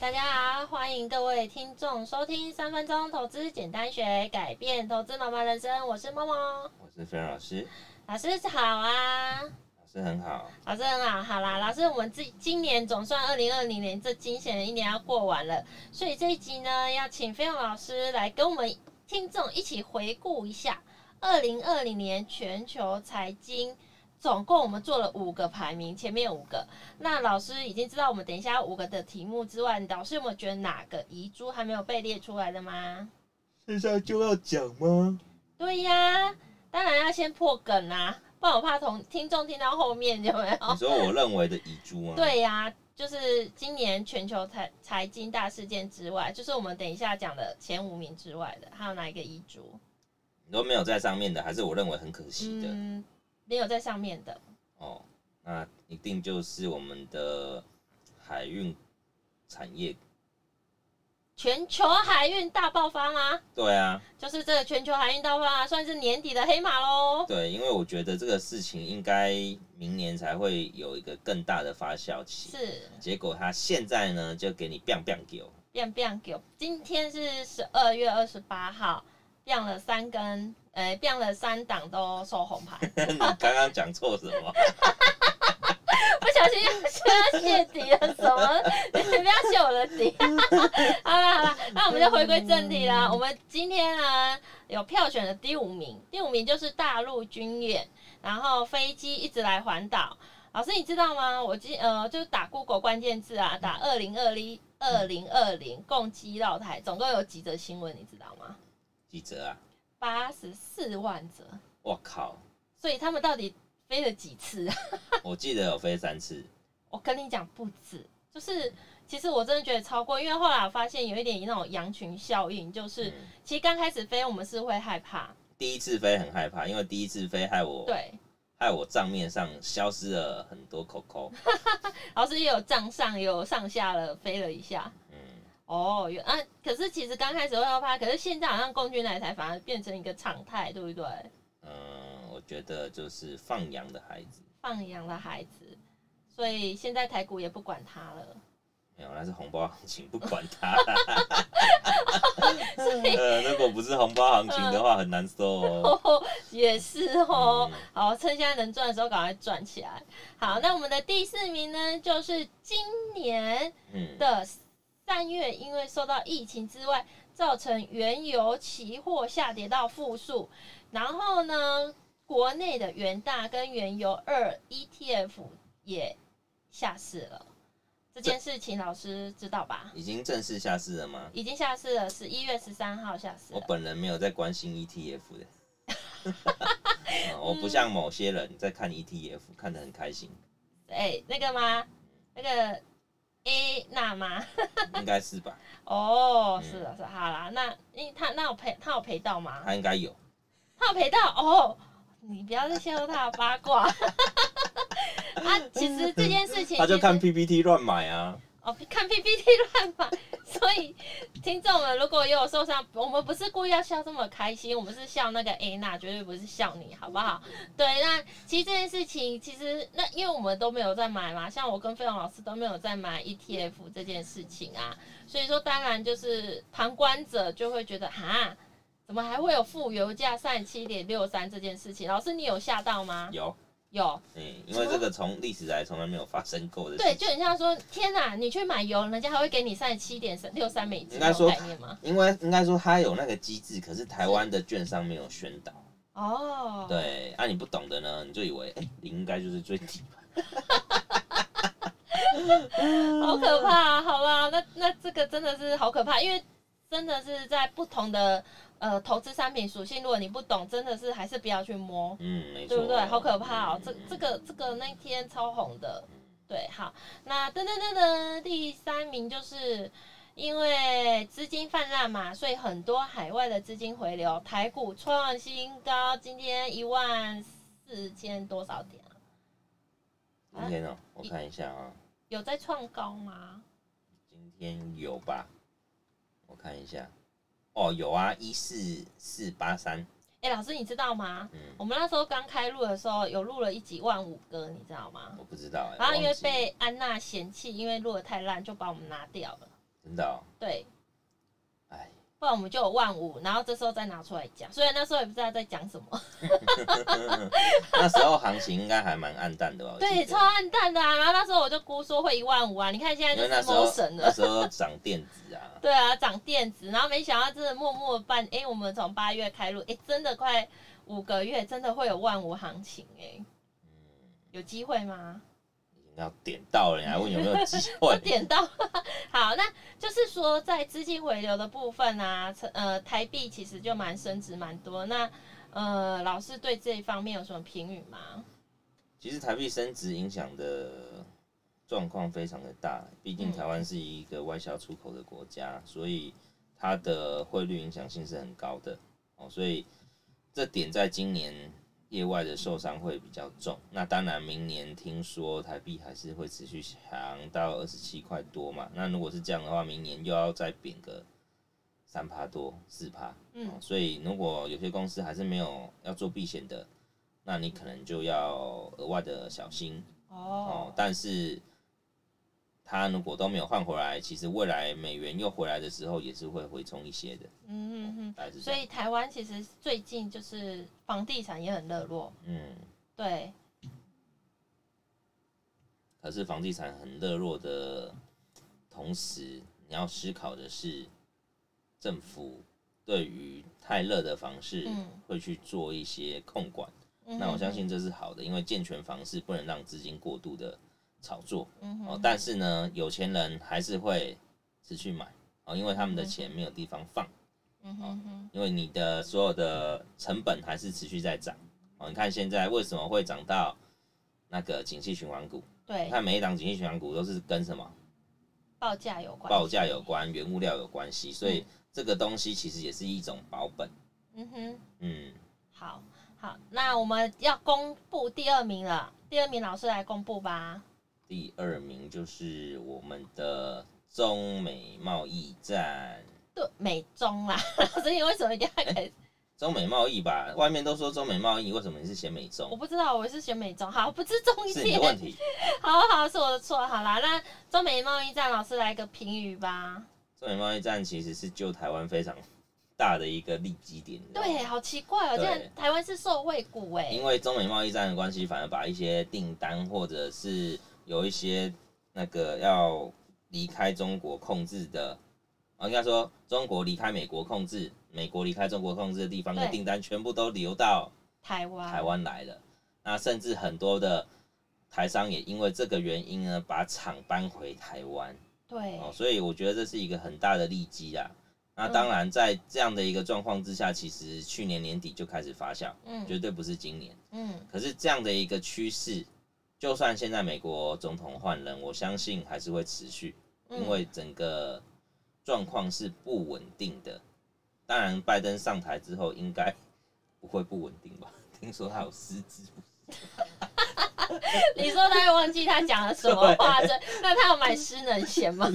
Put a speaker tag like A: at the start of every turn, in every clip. A: 大家好，欢迎各位听众收听《三分钟投资简单学》，改变投资妈妈人生。我是默默
B: 我是菲儿老师，
A: 老师好啊，
B: 老师很好，
A: 老师很好。好啦，老师，我们这今年总算二零二零年这惊险的一年要过完了，所以这一集呢，要请菲佣老师来跟我们听众一起回顾一下二零二零年全球财经。总共我们做了五个排名，前面有五个。那老师已经知道我们等一下有五个的题目之外，老师有没有觉得哪个遗珠还没有被列出来的吗？
B: 现在就要讲吗？
A: 对呀、当然要先破梗啊，不然我怕同听众听到后面有没有
B: 你？说我认为的遗珠吗？，
A: 对呀、就是今年全球财财经大事件之外，就是我们等一下讲的前五名之外的，还有哪一个遗嘱？
B: 你说没有在上面的，还是我认为很可惜的？
A: 嗯，没有在上面的。
B: 哦，那一定就是我们的海运产业。
A: 全球海运大爆发吗？
B: 对啊，
A: 就是这个全球海运大爆发，算是年底的黑马喽。
B: 对，因为我觉得这个事情应该明年才会有一个更大的发酵期。
A: 是
B: 结果他现在呢，就给你 biang biang 给我，
A: 变变给我，今天是十二月二十八号，变了三根，呃，变了三档都收红牌。
B: 你刚刚讲错什么？
A: 不小心又要泄底了，什么？ 你不要泄我的底。 好了好了，那我们就回归正题啦。我们今天呢有票选的第五名，第五名就是大陆军演，然后飞机一直来环岛。老师，你知道吗？我今呃就是打 Google 关键字啊，打二零二零二零二零共机绕台，总共有几则新闻，你知道吗？
B: 记者啊，
A: 八十四万则，
B: 我靠，
A: 所以他们到底飞了几次啊？
B: 我记得有飞三次，
A: 我跟你讲不止，就是其实我真的觉得超过，因为后来我发现有一点那种羊群效应，就是、
B: 嗯
A: 其实刚开始飞我们是会害怕，
B: 第一次飞很害怕，因为第一次飞害我
A: 对，
B: 害我账面上消失了很多口口。
A: 老师也有账上也有上下了飞了一下，
B: 嗯，
A: 哦，有啊，可是其实刚开始会害怕，可是现在好像共军来台反而变成一个常态，对不对？
B: 嗯，我觉得就是放羊的孩子，
A: 放羊的孩子，所以现在台股也不管他了。
B: 没有，那是红包行情，不管 它。呃，如果不是红包行情的话，很难收哦。
A: 哦，也是 哦。
B: 嗯
A: 好，趁现在能赚的时候赶快赚起来。好，那我们的第四名呢，就是今年
B: 嗯，
A: 的三月，因为受到疫情之外，造成原油期货下跌到负数，然后呢，国内的元大跟原油二 ETF 也下市了。这件事情老师知道吧？
B: 已经正式下市了吗？
A: 已经下市了，十一月十三号下市
B: 我
A: 了。
B: 本人没有在关心 ETF 的。嗯我不像某些人在看 ETF 看得很开心，
A: 哎、那个吗？那个 A 娜吗？
B: 应该是吧？
A: 哦，
B: 嗯
A: 是的，是的好啦，那因为他那有陪他有陪到吗？
B: 他应该有。
A: 他有陪到哦，你不要再泄露他的八卦。 啊，其实这件事情
B: 他就
A: 其实
B: 看 PPT 乱买啊。
A: 哦，看 PPT 乱买，所以听众们如果也有受伤，我们不是故意要笑这么开心，我们是笑那个 A 娜，绝对不是笑你，好不好？对，那其实这件事情，其实那因为我们都没有在买嘛，像我跟费勇老师都没有在买 ETF 这件事情啊，所以说当然就是旁观者就会觉得哈。怎么还会有负油价三十七点六三这件事情？老师，你有吓到吗？
B: 有，
A: 有，
B: 嗯，因为这个从历史来从来没有发生过的事
A: 对，
B: 情。
A: 就很像说，天哪，你去买油，人家还会给你三十七点六三美金，
B: 应
A: 那
B: 该
A: 种
B: 说
A: 概念吗？
B: 因为应该说它有那个机制，可是台湾的券商没有宣导。
A: 哦，，
B: 对，啊，你不懂的呢，你就以为哎、你应该就是最低吧？
A: 好可怕、啊，好啦，那那这个真的是好可怕，因为真的是在不同的呃投资商品属性，如果你不懂，真的是还是不要去摸，
B: 嗯，没错，
A: 对不对？好可怕哦，这
B: 嗯
A: 这个这个那天超红的，对，好，那噔噔噔噔，第三名就是。因为资金泛滥嘛，所以很多海外的资金回流，台股创新高，今天一万四千多少点啊？
B: 今天哦、我看一下啊、
A: 有在创高吗？
B: 今天有吧？我看一下，哦，有啊，一四四八三，
A: 哎，老师你知道吗？
B: 嗯，
A: 我们那时候刚开录的时候，有录了一集《万五歌》，你知道吗？
B: 我不知道哎、
A: 啊然后因为
B: 忘记
A: 被安娜嫌弃，因为录的太烂，就把我们拿掉了。
B: 真的、哦，
A: 对，
B: 哎，
A: 不然我们就有万五，然后这时候再拿出来讲。虽然那时候也不知道在讲什么，
B: 那时候行情应该还蛮暗淡的吧？我记得
A: 对，超暗淡的啊。然后那时候我就估说会一万五啊，你看现在
B: 因为
A: 就
B: 那
A: 是
B: 时候
A: 谋神
B: 那
A: 了。
B: 时候涨电子啊，
A: 对啊，涨电子，然后没想到真的默默办，哎、我们从八月开录，哎、真的快五个月，真的会有万五行情、哎，
B: 嗯，
A: 有机会吗？
B: 要点 到了，你还问有没有机会？
A: 点到， 好，那就是说在资金回流的部分啊，呃，台币其实就蛮升值蛮多。那呃，老师对这一方面有什么评语吗？
B: 其实台币升值影响的状况非常的大，毕竟
A: 嗯
B: 台湾是一个外销出口的国家，所以它的汇率影响性是很高的哦，所以这点在今年业外的受伤会比较重。那当然，明年听说台币还是会持续强到二十七块多嘛，那如果是这样的话，明年又要再贬个三趴多四趴，
A: 嗯
B: 哦所以如果有些公司还是没有要做避险的，那你可能就要额外的小心哦
A: 哦。，
B: 但是它如果都没有换回来，其实未来美元又回来的时候，也是会回冲一些的。
A: 嗯嗯
B: 大概
A: 嗯，
B: 是这
A: 所
B: 样。
A: 以台湾其实最近就是房地产也很热络，
B: 嗯，
A: 对，
B: 可是房地产很热络的同时，你要思考的是，政府对于太热的房市
A: 嗯
B: 会去做一些控管。
A: 嗯
B: 那我相，信这是好的，因为健全房市不能让资金过度的炒作。
A: 嗯哼
B: 哦，但是呢，有钱人还是会持续买哦，因为他们的钱没有地方放，
A: 嗯哼哼，
B: 因为你的所有的成本还是持续在涨哦。你看现在为什么会涨到那个景气循环股？你
A: 对，
B: 看每一档景气循环股都是跟什么
A: 报价有关，
B: 报价有，关、原物料有关系，所以这个东西其实也是一种保本。
A: 嗯哼，
B: 嗯，
A: 好好，那我们要公布第二名了，第二名老师来公布吧。
B: 第二名就是我们的中美贸易战。
A: 对美中啦， 所以你为什么一定要给？
B: 中美贸易吧，外面都说中美贸易，为什么你是写美
A: 我
B: 中？
A: 不知道，我是选美中，好，不是中一
B: 是你的问
A: 届，
B: 题。
A: 好好是我的错，好啦，那中美贸易战老师来个评语吧。
B: 中美贸易战其实是救台湾非常大的一个利基点。你知道吗
A: 对，，好奇怪哦，竟
B: 对
A: 然台湾是受惠股哎、
B: 因为中美贸易战的关系，反而把一些订单或者是有一些那个要离开中国控制的，啊，应该说中国离开美国控制，美国离开中国控制的地方的
A: 对
B: 订单，全部都流到
A: 台湾，
B: 台，湾来了。那甚至很多的台商也因为这个原因呢，把厂搬回台湾。
A: 对，嗯
B: 哦，所以我觉得这是一个很大的利基啊。那当然，在这样的一个状况之下，其实去年年底就开始发酵，
A: 嗯
B: 绝对不是今年。
A: 嗯，
B: 可是这样的一个趋势，就算现在美国总统换人，我相信还是会持续，
A: 嗯
B: 因为整个状况是不稳定的。当然，拜登上台之后应该 不会不稳定吧？ 听说他有失职，
A: 你说他会忘记他讲了什么话， 这那他有买失能险吗？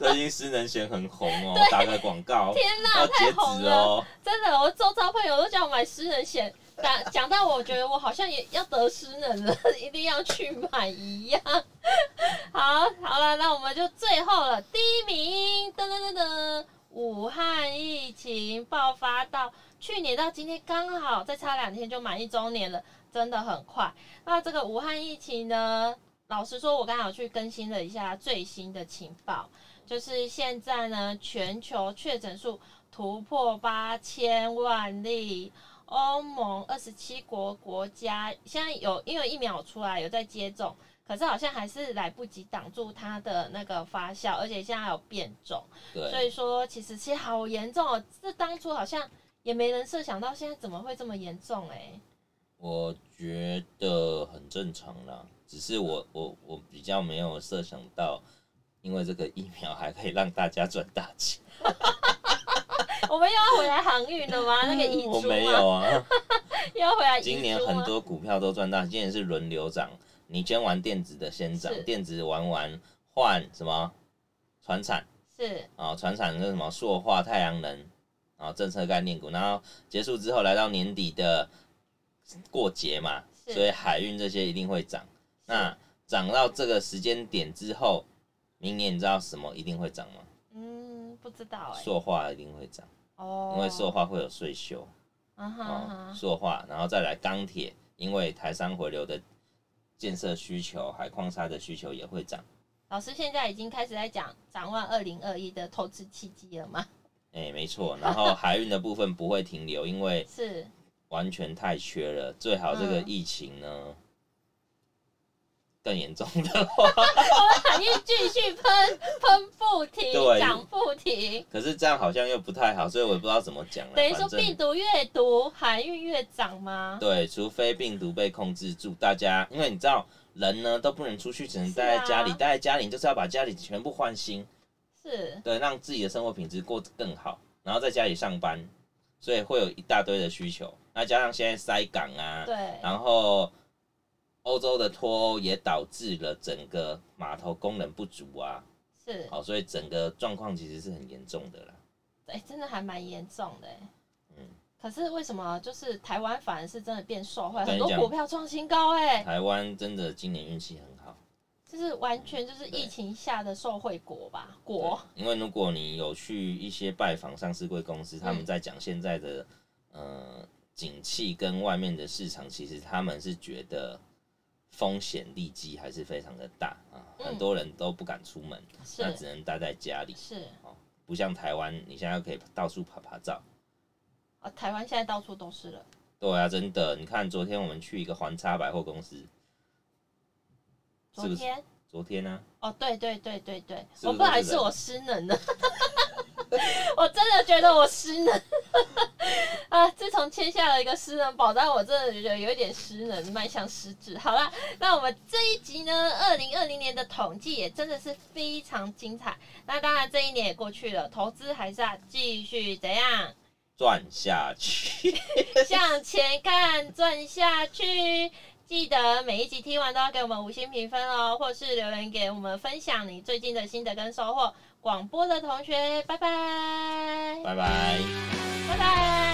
B: 最近失能险很红 哦，打个广告，
A: 天哪，
B: 要
A: 太
B: 截
A: 红
B: 止
A: 了！
B: 哦。
A: 真的，我周遭朋友都叫我买失能险，讲讲到我觉得我好像也要得失能了， 一定要去买一样。 好，好了，那我们就最后了，第一名，噔噔噔噔，武汉疫情爆发到去年到今天刚好再差两天就满一周年了，真的很快。那这个武汉疫情呢，老实说，我刚好去更新了一下最新的情报，就是现在呢，全球确诊数突破八千万例。欧盟二十七国国家现在有因为疫苗出来有在接种，可是好像还是来不及挡住它的那个发酵，而且现在还有变种，
B: 对，
A: 所以说其实其实好严重哦。这当初好像也没人设想到，现在怎么会这么严重哎、
B: 我觉得很正常啦，只是我我我比较没有设想到，因为这个疫苗还可以让大家赚大钱，
A: 我们又要回来航运了 吗？ 那个 遗
B: 嗯我
A: 珠
B: 没
A: 吗？
B: 有啊。
A: 又要回来遗珠吗
B: 今年很多股票都赚大，今年是轮流涨，你先玩电子的先涨
A: 是，
B: 电子玩完换什么船产
A: 是
B: 啊，船产那什么塑化、太阳能啊，政策概念股，然后结束之后来到年底的过节嘛，
A: 是
B: 所以海运这些一定会涨。嗯那涨到这个时间点之后，明年你知道什么一定会涨吗？
A: 嗯不知道哎、
B: 塑化一定会涨，
A: 哦，
B: 因为塑化会有税修
A: 嗯哼
B: 哦，
A: 哼，
B: 塑化，然后再来钢铁，因为台商回流的建设需求、海矿砂的需求也会涨。
A: 老师现在已经开始在讲展望二零二一的投资契机了吗？
B: 哎、没 错，然后海运的部分不会停留，因为
A: 是，
B: 完全太缺了。最好这个
A: 嗯
B: 疫情呢、更严重的话，
A: 产业继续喷喷不停，
B: 对
A: 涨不停。
B: 可是这样好像又不太好，所以我也不知道怎么讲了。
A: 等于说
B: 反正
A: 病毒越毒，海运越涨吗？
B: 对，除非病毒被控制住，大家因为你知道人呢都不能出去，只能
A: 是
B: 待在家里，
A: 啊
B: 待在家里就是要把家里全部换新，
A: 是，
B: 对，让自己的生活品质过得更好，然后在家里上班，所以会有一大堆的需求。那加上现在塞港啊，
A: 对，
B: 然后欧洲的脱欧也导致了整个码头功能不足啊，
A: 是，
B: 好，所以整个状况其实是很严重的啦。
A: 哎、真的还蛮严重的、哎。
B: 嗯，
A: 可是为什么就是台湾反而是真的变受惠，
B: 我跟
A: 很
B: 你
A: 多
B: 讲
A: 股票创新高哎、
B: 台湾真的今年运气很好。
A: 就是完全就是疫情下的受惠国吧国。
B: 对因为如果你有去一些拜访上市贵公
A: 嗯
B: 司，他们在讲现在的、呃景气跟外面的市场，其实他们是觉得风险利基还是非常的大啊，
A: 嗯
B: 很多人都不敢出门，那
A: 是
B: 只能待在家里，
A: 是
B: 不像台湾，你现在可以到处爬爬照。
A: 啊，台湾现在到处都是了。
B: 对啊，真的，你看昨天我们去一个环差百货公司，
A: 昨
B: 是不是？
A: 天
B: 昨天呢、
A: 哦，对对对对对，
B: 是不是
A: 我不好意
B: 都是
A: 思，
B: 人
A: 我失能了， 我真的觉得我失能 啊！自从签下了一个失能保单，我真的觉得有一点失能，迈向失智。好了，那我们这一集呢，二零二零年的统计也真的是非常精彩。那当然，这一年也过去了，投资还是要继续怎样？
B: 转下去，
A: 向前看，转下去。记得每一集听完都要给我们五星评分哦，或是留言给我们分享你最近的心得跟收获。广播的同学，拜拜，
B: 拜拜。
A: 拜拜。